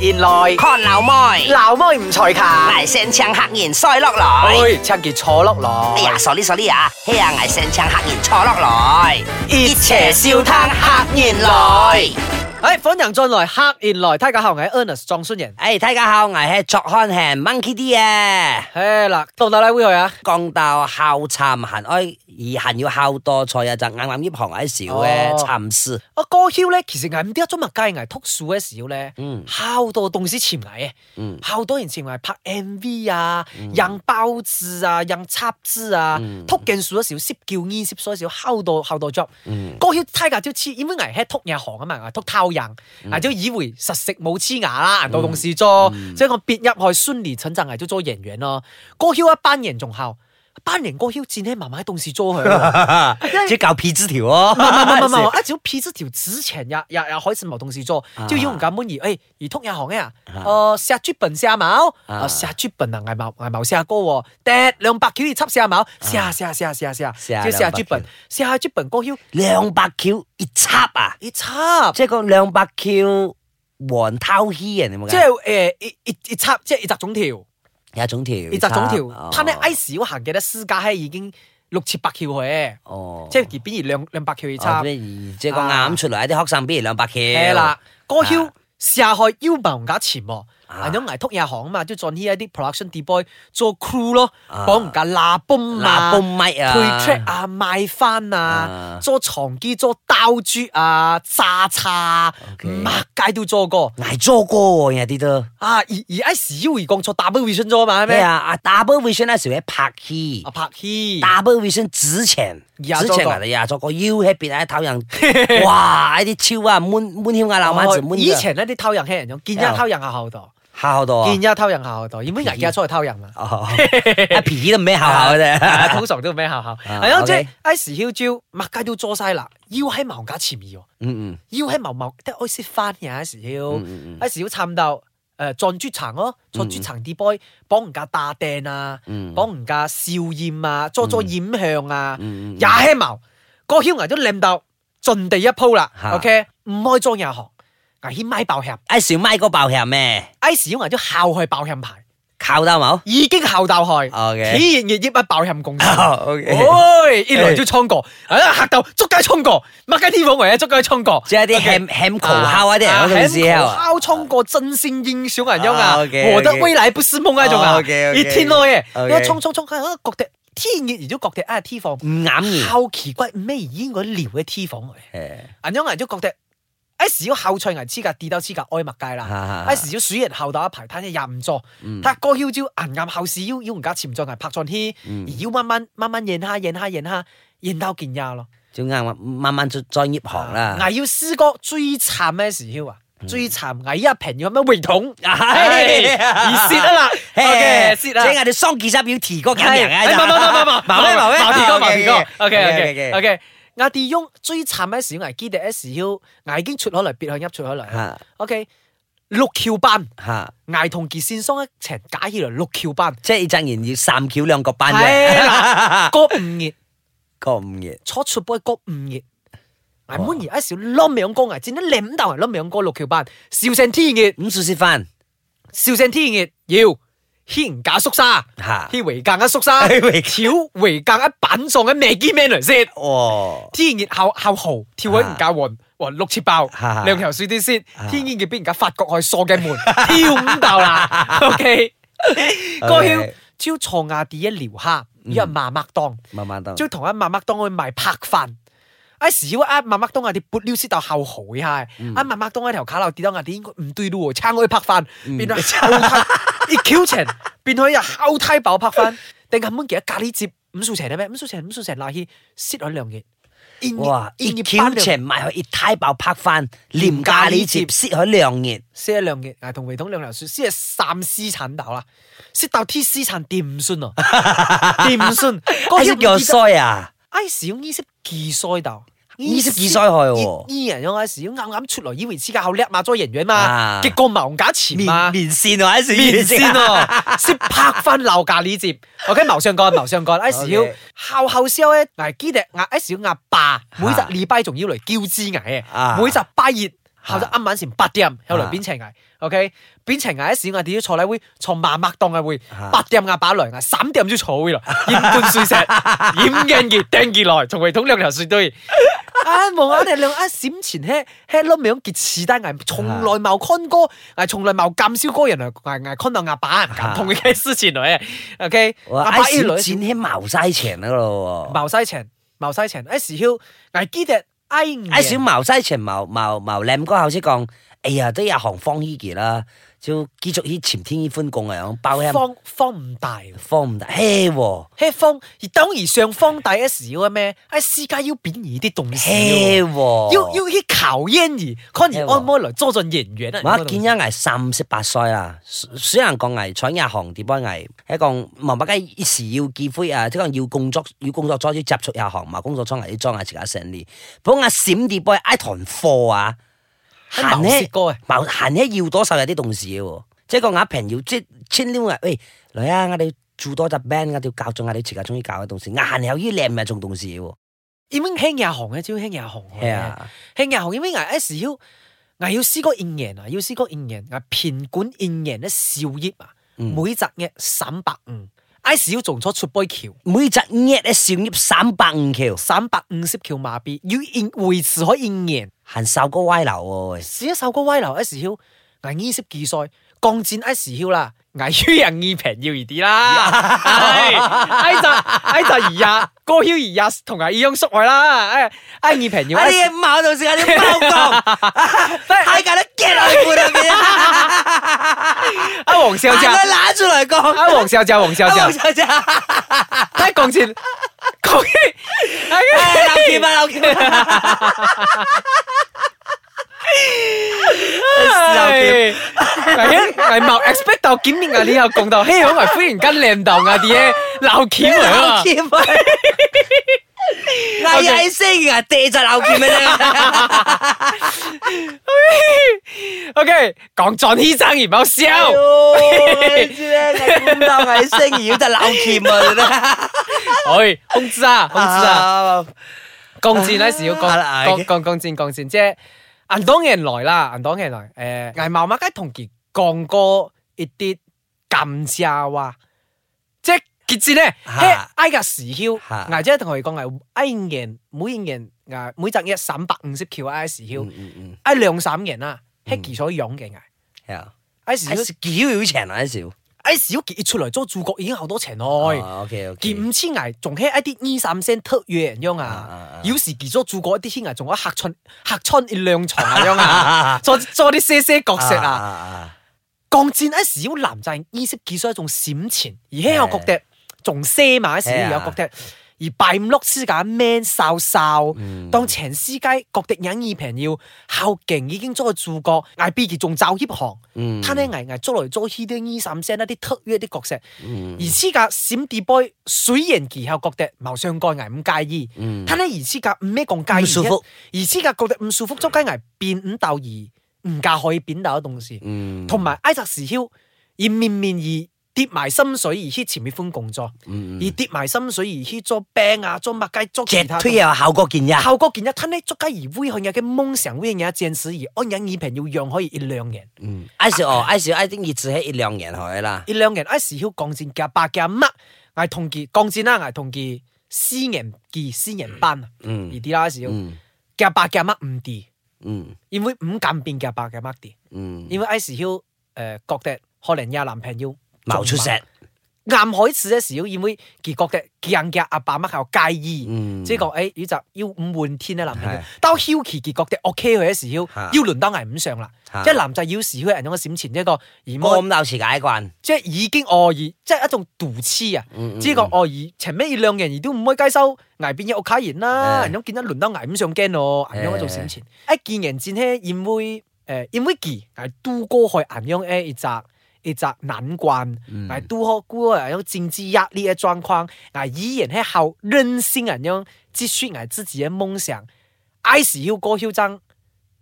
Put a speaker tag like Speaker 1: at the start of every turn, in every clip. Speaker 1: 現來，
Speaker 2: 看老妹，
Speaker 1: 鬧妹唔才勤。
Speaker 2: 捱聲唱客言衰落來。
Speaker 1: 哎，趁件坐落
Speaker 2: 哎
Speaker 1: 來
Speaker 2: 呀，，傻啲傻啲啊！嘿呀，捱聲唱客言錯落來。
Speaker 1: 熱
Speaker 2: 邪笑他客言來。
Speaker 1: 哎，歡迎進來，客現來，大家好，我係 Ernest 莊孫仁。
Speaker 2: 哎，睇下後捱係作看係 monkey 啲啊！
Speaker 1: 嘿嗱，到底呢會去啊？
Speaker 2: 講到孝慚恨哀，而恨要孝多才啊，就啱啱呢行喺少嘅
Speaker 1: 哦
Speaker 2: 慚事。
Speaker 1: 我歌謠咧，其實捱唔啲一種物界捱讀書嘅時候咧，
Speaker 2: 嗯
Speaker 1: 好多東西前嚟嘅，
Speaker 2: 嗯
Speaker 1: 好多年前嚟拍 MV 啊，印包子啊，印插枝啊，讀緊書嘅時候識叫煙，識所以少好多好多 job。
Speaker 2: 嗯
Speaker 1: 歌謠太格條黐，因為捱係讀嘢行啊嘛，捱讀偷人，
Speaker 2: 嗯
Speaker 1: 捱就以為實食冇黐牙啦，捱到同事做，
Speaker 2: 嗯
Speaker 1: 所以我別入去孫年陳陣捱咗做演員咯。歌謠一班人仲好，一班人歌謠戰呢慢慢同事做佢咯。
Speaker 2: 即係搞皮枝條哦。
Speaker 1: 唔唔唔唔，我一早 P 出條之前也也也開始冇同事做，朝要唔敢滿意，誒而通一行嘅啊，誒寫劇本寫冇，啊寫劇本啊捱冇捱冇寫歌喎，跌兩百幾你執寫冇，寫寫寫寫寫，要寫劇本寫劇本歌謠，
Speaker 2: 兩百橋一插啊！
Speaker 1: 你插
Speaker 2: 即係個兩百橋黃偷稀人有冇㗎？
Speaker 1: 即係誒一一一插即係一集總條，
Speaker 2: 有一種條，
Speaker 1: 一集總
Speaker 2: 哦
Speaker 1: 條，他呢 I 時我行記得私家係已經六千百橋嘅，
Speaker 2: 哦，
Speaker 1: 即係而邊而兩兩百橋一
Speaker 2: 哦
Speaker 1: 插
Speaker 2: 即。係即係個
Speaker 1: 啊
Speaker 2: 啱出嚟啲學生，比如兩百橋。
Speaker 1: 係啦，歌
Speaker 2: 啊
Speaker 1: 謠試下開腰bằng 價錢喎，
Speaker 2: 啊
Speaker 1: 啊咁捱通嘢行啊嘛，都撞呢一啲 production d boy 做 crew 咯，
Speaker 2: 啊
Speaker 1: 講唔價喇泵
Speaker 2: 嗱，
Speaker 1: 啊，
Speaker 2: 半米啊，
Speaker 1: 配 track 啊，賣翻啊
Speaker 2: 啊，
Speaker 1: 做床機做刀豬啊，炸叉
Speaker 2: OK
Speaker 1: 乜街都做過
Speaker 2: 捱咗歌喎，有啲都。
Speaker 1: 啊，而而 I 時會講錯 double vision 咗嘛，係
Speaker 2: 咩
Speaker 1: 咩？
Speaker 2: 啊？啊，double vision 嗰時喺拍戲
Speaker 1: 啊拍戲，
Speaker 2: ，double vision 之前，
Speaker 1: 廿
Speaker 2: 之
Speaker 1: 咗
Speaker 2: 前
Speaker 1: 個
Speaker 2: 我哋廿咗個腰喺邊喺頭人，哇！喺啲超啊，悶悶囂啊，鬧晚
Speaker 1: 哦
Speaker 2: 子悶
Speaker 1: 以
Speaker 2: 嘅，
Speaker 1: 前呢啲偷人欺人用，見一偷人下後度，
Speaker 2: 下好多啊
Speaker 1: 見。一偷人下後度，因為人家出去偷人嘛。
Speaker 2: 哦，阿皮都唔咩下下嘅
Speaker 1: 啊
Speaker 2: 啫。
Speaker 1: 通常都咩校校，
Speaker 2: 啊
Speaker 1: 係咯，
Speaker 2: OK
Speaker 1: 哎即係 ice 囂招，乜街都做晒啦，腰喺毛架潛移喎，
Speaker 2: 嗯嗯
Speaker 1: 腰喺毛毛，得我識翻嘅 ice 囂
Speaker 2: 嗯嗯
Speaker 1: ，ice 囂參到誒撞豬層咯，撞豬層啲 boy 幫人家打釘啊，
Speaker 2: 嗯
Speaker 1: 幫人家笑豔啊，做做掩向啊，
Speaker 2: 嗯嗯
Speaker 1: 也喺毛，個囂牙都舐到盡地一鋪啦
Speaker 2: 嚇
Speaker 1: ，OK，唔可以裝廿行，危險咪爆險哎
Speaker 2: 阿小咪哥爆氣咩？
Speaker 1: ，ice 囂牙都校去爆險牌，
Speaker 2: 靠得冇
Speaker 1: 已經校到去，
Speaker 2: ？OK。
Speaker 1: 體現熱熱不爆險共識。
Speaker 2: O K。
Speaker 1: 喂，一來就衝過，啊嚇到捉雞衝過，乜雞天王為啊捉雞衝過，
Speaker 2: 即係啲 ham ham 狂烤嗰啲
Speaker 1: 아,
Speaker 2: 人嗰陣時啊，
Speaker 1: 敲衝過真鮮英雄人優啊
Speaker 2: 啊，，OK，OK
Speaker 1: 我得未來不是夢啊，仲啊，
Speaker 2: 啊
Speaker 1: 熱
Speaker 2: ，OK，OK
Speaker 1: 天咯嘅，
Speaker 2: OK
Speaker 1: 一衝衝衝，啊覺得天熱而都覺得啊 T 房
Speaker 2: 唔啱
Speaker 1: 好奇怪，咩應該聊嘅 T 房嚟，
Speaker 2: 嘅。
Speaker 1: 人優人都覺得。一時要後菜人黐格跌到黐格愛麥界啦
Speaker 2: 啊，
Speaker 1: 一時要鼠人後到一排攤一廿五座，睇歌曉招銀暗後市要要人家潛在係拍進去，而要慢慢慢慢認下認下認下認到見呀咯。
Speaker 2: 就啱啦，慢慢再再入行啦。
Speaker 1: 危要試過最慘咩時候啊？最慘危一平要咩泳桶，
Speaker 2: 啊
Speaker 1: 唉而蝕啊啦，OK 蝕啦
Speaker 2: 即。係我哋桑吉衫要提嗰緊
Speaker 1: 係
Speaker 2: 人啊！
Speaker 1: 哎冇冇冇 冇冇
Speaker 2: 冇咩
Speaker 1: 冇
Speaker 2: 冇咩，
Speaker 1: 冇皮哥
Speaker 2: 啊
Speaker 1: 冇皮哥，OK OK
Speaker 2: OK，OK，OK
Speaker 1: OK。我哋用最慘咩時候危機第一時候危已經出海嚟，別向入出海嚟。
Speaker 2: 嚇
Speaker 1: OK，六橋班
Speaker 2: 嚇，
Speaker 1: 危同傑先生一齊解起嚟六橋班，
Speaker 2: 即係陣然要三橋兩個班
Speaker 1: 係啦
Speaker 2: 嘅，
Speaker 1: 嗰五月。
Speaker 2: 個五月
Speaker 1: 初出杯歌五熱，挨滿而家少冧兩歌挨，戰得你五頭人冧兩歌六橋班，笑聲天熱，
Speaker 2: 五歲先翻
Speaker 1: 笑聲天熱，要牽假縮沙，
Speaker 2: 嚇，
Speaker 1: 牽圍間一縮沙，
Speaker 2: 係圍
Speaker 1: 跳圍間一板撞嘅咩機 man 嚟先，
Speaker 2: 哦，
Speaker 1: 天熱後後豪跳喺唔夠雲。哇！六切爆
Speaker 2: 啊，
Speaker 1: 兩條水啲先，
Speaker 2: 啊
Speaker 1: 天然嘅俾人家發覺去鎖嘅 門，跳五斗啦。OK，歌曉
Speaker 2: OK 嗯
Speaker 1: 朝坐亞啲一撩蝦，一麻麥當。
Speaker 2: 慢慢等。
Speaker 1: 朝同阿媽麥當去賣拍飯。啊時要啊媽麥當我哋撥撩先到後好嘅係，啊媽麥當嗰條卡路跌到我哋應該唔對路喎，撐去拍飯，變咗後太 一 Q 情，變咗又後太爆拍飯，定係咁嘅咖喱接五數錢咧咩？五數錢五數錢嗱去 sit 咗兩日，應
Speaker 2: 哇！
Speaker 1: 應
Speaker 2: 熱
Speaker 1: 班
Speaker 2: 橋
Speaker 1: 兩
Speaker 2: 前埋去熱太爆拍翻，廉價呢接蝕佢涼熱，
Speaker 1: sit 咗兩日，啊同維桶兩條雪，先係三私產到啦，sit 到 T 私產掂唔算 哦，掂唔算，嗰
Speaker 2: 係識叫衰啊！
Speaker 1: I 時用意識忌衰到，
Speaker 2: 意識忌衰害喎
Speaker 1: 依人用 I 時用啱啱出來以為自己好叻嘛，做人員嘛，
Speaker 2: 啊
Speaker 1: 結果謀假錢嘛
Speaker 2: 面，面線喎，喺
Speaker 1: 面先
Speaker 2: 喎，
Speaker 1: 哦，先拍翻樓價呢接。OK，謀 上幹，謀上幹，I 時要
Speaker 2: OK
Speaker 1: 後後燒咧，挨基迪壓 I 時要壓霸，每集禮拜仲要嚟叫支牙嘅，
Speaker 2: 啊
Speaker 1: 每集拜熱後咗啱晚前八點有嚟邊程崖，OK，邊程崖一時我哋要坐嚟會坐麻麥檔嘅會，
Speaker 2: 啊
Speaker 1: 八點壓把涼啊，三點就坐會咯，鹽罐碎 石，鹽鏡熱掟熱來，從圍桶兩條雪堆。 啊！望我哋兩啊閃前吃吃粒樣結似單崖，從來冇看過，啊從來冇咁少過人啊哎嚟崖崖看到壓把，唔敢同佢嘅事前來啊，OK，
Speaker 2: 啊哇
Speaker 1: 壓把一來
Speaker 2: ！I 剪起茅晒前噶咯喎，
Speaker 1: 茅西前茅西前，一時曉危機的哎呀
Speaker 2: 哎，小茅西前茅茅茅靚哥口先講，哎呀，都有行方依件啦，就繼續以前天依寬共啊，樣包輕
Speaker 1: 方方唔大喎。
Speaker 2: 方唔大，嘿喎，
Speaker 1: 嘿方，而等而上方大 S 要嘅咩？啊，私家要貶義啲動詞喎，
Speaker 2: 嘿喎，
Speaker 1: 要要去考驗而，看而按摩來捉盡人緣啊！
Speaker 2: 我見一藝三十八歲啊，雖然講藝闖入行點幫藝，一講冇乜雞一時要結婚啊，即係講要工作要工作咗要接觸入行嘛，工作咗藝要裝藝自家成年，不過我閃啲幫一堂課啊，
Speaker 1: 喺茅舌哥啊，
Speaker 2: 冇行一要多手有啲動事嘅喎，即係個眼平要即千撩藝，喂女啊，我哋做多隻 band，我哋要教咗我哋自己中意教嘅動事，硬有啲靚咪仲動事嘅喎，
Speaker 1: 已經輕廿行嘅，只要輕廿行嘅
Speaker 2: 係，啊，
Speaker 1: 輕廿行，因為牙 S 要牙要試過應人啊，要試過應人啊，片管應人嘅少業啊，
Speaker 2: 嗯
Speaker 1: 每集嘅三百五，S 要做咗出杯橋。
Speaker 2: 每隻嘢咧少於三百五條，
Speaker 1: 三百五十條麻痹，要應維持可應言。
Speaker 2: 行受個歪流喎喂。
Speaker 1: 是一首歌歪流一時曉，危衣識技賽，鋼戰一時曉啦，危於人意平要易啲 啦。係，哎就哎就而呀，過曉而呀，同埋二樣縮位啦。哎哎易平要，
Speaker 2: 哎呀，冇到時間啲包工，太假啦，驚落去半入邊，哎
Speaker 1: 阿黃少
Speaker 2: 行
Speaker 1: 正，
Speaker 2: 佢揦出嚟講，
Speaker 1: 阿黃少正，黃少
Speaker 2: 我
Speaker 1: 正，
Speaker 2: 就就，
Speaker 1: 睇鋼戰，鋼
Speaker 2: 哎，
Speaker 1: 哎
Speaker 2: 留劍啊，留劍啊，
Speaker 1: 係，係啊，係冇 expect 到見面啊，你又共到，嘿，好危忽然間靚到啊啲嘢，鬧鉗嚟啊
Speaker 2: 留！劍啊，嗌嗌聲啊，地就留劍啊，
Speaker 1: OK，講撞醫生而唔好笑。
Speaker 2: 你知咧，嗌官鬥嗌聲，而就留劍啊，
Speaker 1: 哎，控制啊，控制啊！
Speaker 2: 啊，
Speaker 1: 降戰嗰時要
Speaker 2: 啊啊
Speaker 1: 降降降戰降戰，即係銀黨人來啦，銀黨人來。誒，危茂馬街同傑降過一啲禁價話，即係傑戰咧，
Speaker 2: 啊
Speaker 1: 喺挨個時囂
Speaker 2: 啊，
Speaker 1: 危即係同佢講危挨人每人啊每集一三百五十橋啊挨時囂
Speaker 2: 嗯，嗯嗯，
Speaker 1: 挨兩三人啊，喺幾所養嘅危，
Speaker 2: 係啊，
Speaker 1: 挨時
Speaker 2: 少
Speaker 1: 囂
Speaker 2: 少長啊少，
Speaker 1: 挨時囂傑出嚟咗，祖國已經好多情愛。
Speaker 2: Ờ, ，OK OK，
Speaker 1: 見五千崖仲喺一啲二三聲特約人樣啊
Speaker 2: 啊啊啊，
Speaker 1: 有時見咗做過一啲天涯，仲有客串客串一兩場啊樣啊，做做啲些些角
Speaker 2: À,
Speaker 1: 色啊。
Speaker 2: 啊。
Speaker 1: 鋼戰一時要男仔意識技術一種閃前，而喺有角踢仲些埋一時有角踢，而敗五碌之間 man 哨哨。
Speaker 2: 嗯
Speaker 1: 當前司街各敵人意平要孝勁已經再做過，艾 B 傑仲找協行，
Speaker 2: 嗯
Speaker 1: 他呢危危捉來捉去啲二三聲一啲特約一啲角色。
Speaker 2: 嗯
Speaker 1: 而此架閃電 boy 水人其後覺得謀上蓋危唔介意，
Speaker 2: 嗯
Speaker 1: 睇呢而此架唔咩講介意，
Speaker 2: 唔舒服，
Speaker 1: 而此架覺得唔舒服，捉雞危變五鬥二，唔嫁可以扁鬥嘅同時，
Speaker 2: 嗯
Speaker 1: 同埋挨扎時囂而面面而跌埋心水而牽前面寬共作，
Speaker 2: 嗯
Speaker 1: 而跌埋心水而牽捉餅啊，捉麥雞，捉其
Speaker 2: 隻
Speaker 1: 他。
Speaker 2: 推啊又效果見呀，
Speaker 1: 後果見一吞呢，捉雞而危險嘅夢想危險戰士而安隱以平要讓可以一兩人，
Speaker 2: 嗯，I 時哦，I 時 I 啲熱字喺一兩人海啦，
Speaker 1: 一兩人挨時囂降戰嘅百嘅乜，挨同傑降戰啦，挨同傑私人傑私人班啊。而
Speaker 2: 嗯
Speaker 1: 啲啦少
Speaker 2: 嗯
Speaker 1: 夾百夾乜唔掂，
Speaker 2: 嗯
Speaker 1: 因為五減變夾百夾乜掂，
Speaker 2: 嗯，
Speaker 1: 因為 I 時要誒覺得可能廿男朋友
Speaker 2: 謀出石，
Speaker 1: 岩海市嘅時要因為佢覺得佢嘅阿爸乜係介意，
Speaker 2: 嗯，
Speaker 1: 即係講誒呢集要五換天啊男朋友
Speaker 2: 係，
Speaker 1: 到 Huki 佢覺得 OK 佢嘅時要
Speaker 2: 嚇
Speaker 1: 要輪到危五上啦，
Speaker 2: 嚇
Speaker 1: 即係男仔要時要人用嘅閃前一個而
Speaker 2: 我
Speaker 1: 魔，
Speaker 2: 咁有時解慣，
Speaker 1: 即係已經哦而即係一種賭痴啊！
Speaker 2: 嗯
Speaker 1: 知個哦，而前尾兩人而都唔可以街收，挨邊有屋卡人啦，
Speaker 2: 誒
Speaker 1: 人咁見得輪到挨唔上驚咯，挨樣嗰度閃前，一見人戰咧，燕妹誒燕妹記挨都過去挨樣誒一扎一扎難關，
Speaker 2: 嗯
Speaker 1: 挨都可估挨樣政治壓力嘅狀況，挨依然喺後任性人樣，只說挨自己嘅夢想，挨時要過囂爭，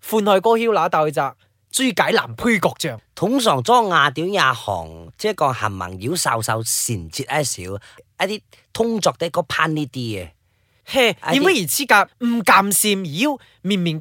Speaker 1: 歡愛過囂那鬥一扎追解男配角像，
Speaker 2: 通常裝亞短亞行，即係講行盟妖瘦瘦善節 I 少，一啲通俗啲個攀呢啲嘅，
Speaker 1: 嘿，
Speaker 2: 哎
Speaker 1: 燕妹而之格唔鑑善而要面面。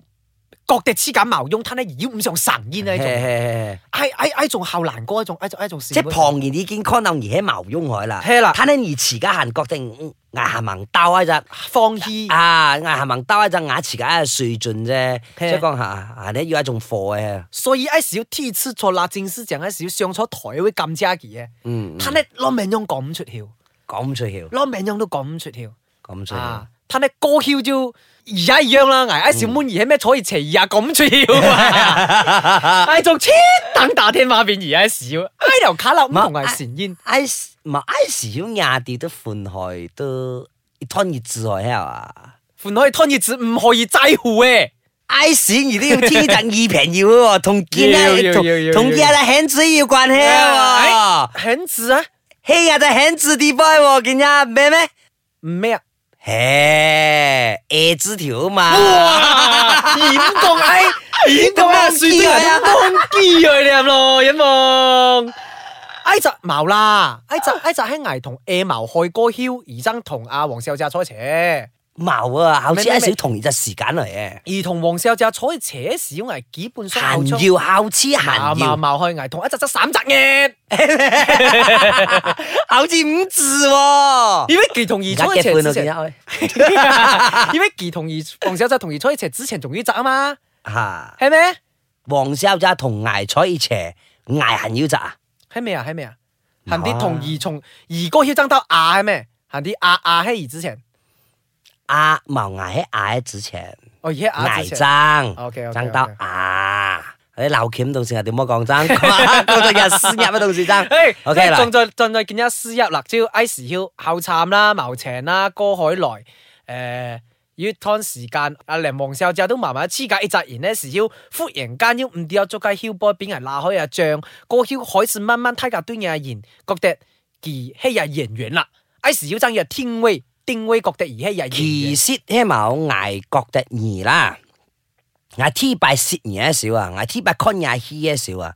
Speaker 1: 各地黐緊矛擁，攤喺妖五上神煙呢一哎
Speaker 2: 嘿
Speaker 1: 種，
Speaker 2: 嘿嘿嘿
Speaker 1: 係係係一種後難歌一種哎一種一種
Speaker 2: 即係龐然已經看到而喺茅擁海啦，
Speaker 1: 係啦
Speaker 2: 睇你而持家行國定牙下盲兜啊咋？
Speaker 1: 放棄
Speaker 2: 啊，牙下盲兜啊咋？牙齒家係水盡啫，即
Speaker 1: 係
Speaker 2: 係講下下你要一種貨嘅，啊
Speaker 1: 所以一少 T 次錯啦，正思正一少上咗台會咁揸嘅嘢，
Speaker 2: 嗯，
Speaker 1: 攤喺攞命用講唔出竅，
Speaker 2: 講唔出竅，
Speaker 1: 攞命用都講唔出竅
Speaker 2: 講唔出竅
Speaker 1: 啊！。攤喺歌竅就而家一樣啦，挨
Speaker 2: 嗯
Speaker 1: 一小妹而喺咩坐而斜而啊講唔出竅啊！ 係仲黐等打天馬變而家少，挨條哎卡拉唔同
Speaker 2: 哎
Speaker 1: 係善煙。
Speaker 2: I 唔係 I 時要廿啲都款害都一攤熱字害係嘛
Speaker 1: 款可以吞熱子，唔可以齋糊嘅。
Speaker 2: ？I 時而都要天陣二平要喎，同 見
Speaker 1: 要
Speaker 2: 咧
Speaker 1: 要要要
Speaker 2: 同同見啊很子要慣輕
Speaker 1: 哎
Speaker 2: 喎，
Speaker 1: 肯字啊？
Speaker 2: 嘿啊就很子啲 boy 喎，見呀咩咩？
Speaker 1: 唔咩啊？
Speaker 2: 嘿，A 字條啊嘛，
Speaker 1: 哇！演講哎，演講啊，水晶人當機啊，你諗咯，有冇？哎就冇啦，哎就哎就喺危同 A 矛害歌囂，而爭同阿黃少澤坐扯，而
Speaker 2: 矛啊，好似
Speaker 1: 咩咩
Speaker 2: I 時同一隻時間嚟嘅，
Speaker 1: 同黃少澤坐扯小危幾半雙
Speaker 2: 閒要好似閒
Speaker 1: 矛
Speaker 2: 要，
Speaker 1: 矛害危同一隻隻三隻 嘅，
Speaker 2: 好似五字喎，
Speaker 1: 因為其同而
Speaker 2: 而家
Speaker 1: 坐
Speaker 2: 嘅
Speaker 1: 扯
Speaker 2: 款
Speaker 1: 之
Speaker 2: 我
Speaker 1: 前，
Speaker 2: 見呀，啊
Speaker 1: 因為其同而黃少澤同而坐扯之前仲要集啊嘛，
Speaker 2: 嚇。
Speaker 1: 係咩？
Speaker 2: 黃少澤同艾彩一齊艾行要集啊！
Speaker 1: 係咩啊？係咩啊？
Speaker 2: 唔係
Speaker 1: 行啲同兒從兒歌曉爭鬥啊係咩？行啲啊啊喺兒之前，
Speaker 2: 阿毛艾喺艾之前，
Speaker 1: 哦而家啊
Speaker 2: 艾
Speaker 1: 之前，
Speaker 2: 爭
Speaker 1: OK，OK，OK
Speaker 2: 爭到啊！喺鬧鉗到時係點麼講 爭？嗰度日先入啊，到時爭。
Speaker 1: 誒
Speaker 2: OK 啦
Speaker 1: 仲再仲再見一絲一辣椒 ice 曉後杉啦、茅場啦、歌海來誒。要攤時間，阿梁黃少之後都麻麻黐架一扎然呢時要忽然間要唔掉足街曉波，邊人鬧開阿將，個曉海是慢慢睇架端嘅阿言，覺得其欺日演員啦，ice 曉爭若天威，定威覺得而欺日演
Speaker 2: 其
Speaker 1: 員，
Speaker 2: 實喺某艾國的二啦，艾 T 拜涉言一少啊，艾 T 拜 con 艾 he 一少啊，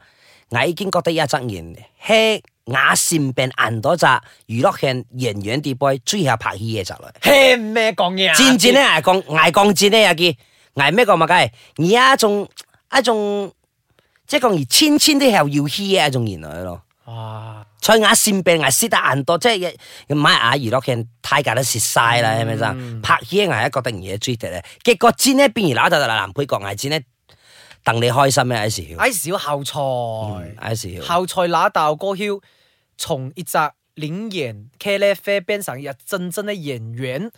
Speaker 2: 艾已經覺得一則言喺雅善病硬多集娛樂圈人樣啲 boy 追下拍 he 嘅集來。
Speaker 1: 嘿咩講嘢啊？
Speaker 2: 戰戰咧挨降挨降戰咧又見挨咩講物梗係而家仲一種即係講而千千都係要 he 嘅一種言來咯。
Speaker 1: 哇！
Speaker 2: 菜牙扇病牙蝕得硬多，即係唔買牙娛樂嘅太價都蝕晒啦，係咪
Speaker 1: 嗯
Speaker 2: 先？拍嘢牙一覺得而家追得咧，結果戰呢變而乸就男配角牙戰呢，等你開心咩？有時
Speaker 1: 矮小後菜，
Speaker 2: 有時
Speaker 1: 後菜那道歌曉，從一隻領演茄喱啡變成日真真的演員，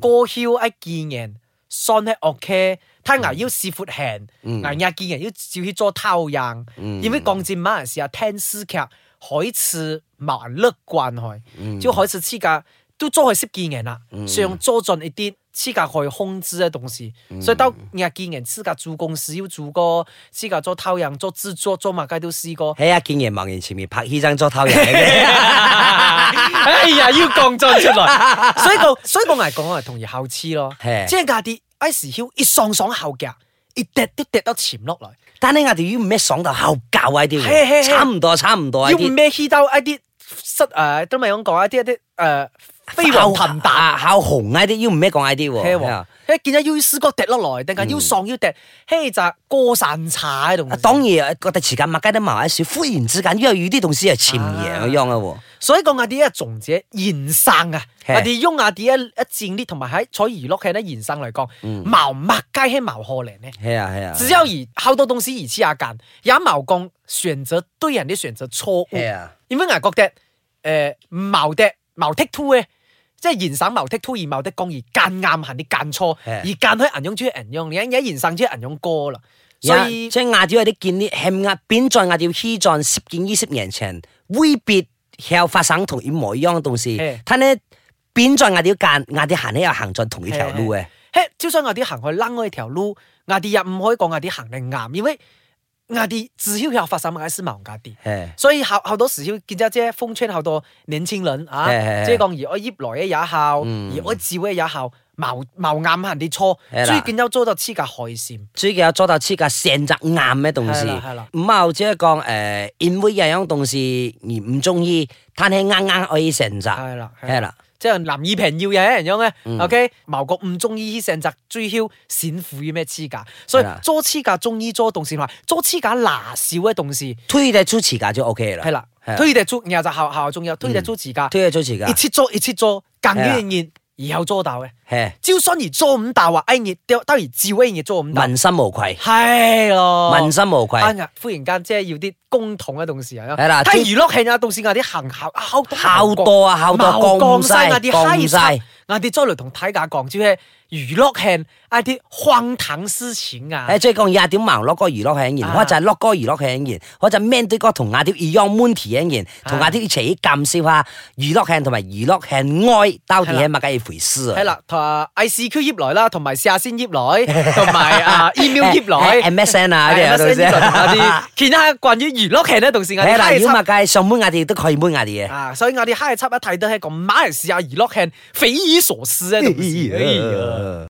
Speaker 1: 歌曉一見人，算係 OK，他牙要是闊行，牙一見人要照去做偷人，因為講戰馬來西亞聽詩劇，海次萬樂慣去，只要海次黐架都做去識見人啦，想做盡一啲。黐架去控制嘅東西，所以到日見人黐架做公司要做過，黐架做偷人做製作做乜雞都試過。
Speaker 2: 喺一見夜盲人前面拍醫生咗偷 人嘅，
Speaker 1: 哎呀，要降進出來，所以 個所以個危講係同而後黐咯，
Speaker 2: 係
Speaker 1: 即係架啲 ice 曉一爽爽後腳，一跌都跌到潛落來，
Speaker 2: 但係我哋要唔咩爽到後教啊啲
Speaker 1: 嘿嘿嘿
Speaker 2: 喎，差唔多差唔多
Speaker 1: 要
Speaker 2: 呢
Speaker 1: 唔
Speaker 2: 啲。
Speaker 1: 咩 h 兜一啲失呃誒都咪咁講一啊啲一呃啲誒飛黃騰達。
Speaker 2: 啊，考紅呢啲，要唔咩講呢啲喎？
Speaker 1: 嘿
Speaker 2: 係啊
Speaker 1: 喎，一見到 U 斯哥跌落來，定係 U 喪 U 跌，嘿就過散茶喺度。
Speaker 2: 嗯啊當然，覺得時間物雞都麻一少，忽然之間又有啲同事係潛
Speaker 1: 啊
Speaker 2: 贏嘅樣啊喎。
Speaker 1: 所以講我哋一種者延生啊，
Speaker 2: 係
Speaker 1: 我哋用我哋一一戰啲同埋喺坐娛樂嘅咧延生嚟講，
Speaker 2: 嗯
Speaker 1: 矛麥雞喺矛可能咧。
Speaker 2: 係啊係啊，
Speaker 1: 只有而好多東西而黐啊下間，也矛共選擇對人啲選擇錯
Speaker 2: 係
Speaker 1: 誤，
Speaker 2: 啊，
Speaker 1: 因為我覺得誒矛的矛剔 two 咧，即係延省矛剔 two 而矛的講而間啱行啲間錯，
Speaker 2: 係
Speaker 1: 而間去銀用主銀用，你而延省主銀用歌啦，所
Speaker 2: 所
Speaker 1: 以
Speaker 2: 以即係亞啲有啲見啲係壓扁在亞條欺在攝見二十年前，會別又發生同一模一樣嘅東
Speaker 1: 係
Speaker 2: 西。他呢扁在亞條間亞啲行呢又行在同一條路嘅，
Speaker 1: 嘿，招商我啲行去楞嗰條路，我哋又唔可以講我啲行定啱，因為我哋只要有發生嘅事冇我啲。
Speaker 2: 係
Speaker 1: 所以後後到時要見咗即係風吹後到年青人啊
Speaker 2: 係係，係
Speaker 1: 即係講而我業來嘅也效，
Speaker 2: 嗯
Speaker 1: 而我照嘅也效，矛矛啱行啲錯，
Speaker 2: 係啦
Speaker 1: 所以見咗做到黐架海線，
Speaker 2: 最近有做到黐架成隻啱嘅東
Speaker 1: 係啦係啦
Speaker 2: 西，唔係只係講誒，因為有樣東西而唔中意，但係啱啱可以成隻，
Speaker 1: 係啦，
Speaker 2: 係啦。
Speaker 1: 即係男二平要嘢一樣咧。OK，某
Speaker 2: 嗯
Speaker 1: 個唔中意成隻追求閃苦於咩黐架，所以
Speaker 2: 係啦
Speaker 1: 做黐架中意做動事嘛，做黐架拿少嘅動事
Speaker 2: 推得出詞架就 OK 啦。
Speaker 1: 係啦
Speaker 2: 係，啊
Speaker 1: 推得做然後就效效中有推得做自家，
Speaker 2: 推得出詞架
Speaker 1: 一，切做一切做，更
Speaker 2: 係啦
Speaker 1: 遠然以後做到嘅，
Speaker 2: 係
Speaker 1: 招商而做唔到啊，哎熱當然照哎熱做唔到，
Speaker 2: 問心無愧，
Speaker 1: 係咯，
Speaker 2: 問心無愧。
Speaker 1: 啱啊！忽然間即係要啲公帑嘅同事啊，
Speaker 2: 係啦
Speaker 1: 睇
Speaker 2: 即
Speaker 1: 娛樂戲啊，到時我啲行校校
Speaker 2: 孝多啊，孝多降晒，
Speaker 1: 我啲
Speaker 2: 降晒。，
Speaker 1: 我啲再嚟同睇價講，即係娛樂戲一啲荒唐事情啊，
Speaker 2: 誒，最講廿點盲落個娛樂係演，
Speaker 1: 啊
Speaker 2: 我就係落個娛樂係演，我就 man 對歌同亞啲 Eon Monty 係演，同亞啲一齊鑑笑下娛樂係同埋娛樂係愛到底係乜嘅一回事啊？
Speaker 1: 係啦，同啊 ICQ 葉來啦，同埋試下先葉 來，同埋啊
Speaker 2: 哎
Speaker 1: email 葉來。
Speaker 2: ，MSN 啊，嗰啲啊，
Speaker 1: 係
Speaker 2: 到時
Speaker 1: 葉來同我啲，見下關於娛樂戲咧，同時我
Speaker 2: 係
Speaker 1: 啲
Speaker 2: 啦，
Speaker 1: 嗨
Speaker 2: 如
Speaker 1: 輯
Speaker 2: 果乜嘅上門亞啲都可以門亞啲嘅。
Speaker 1: 啊，所以啊 我哋嗨輯一睇到係個馬來西亞娛樂戲匪夷所思嘅同事。哎呀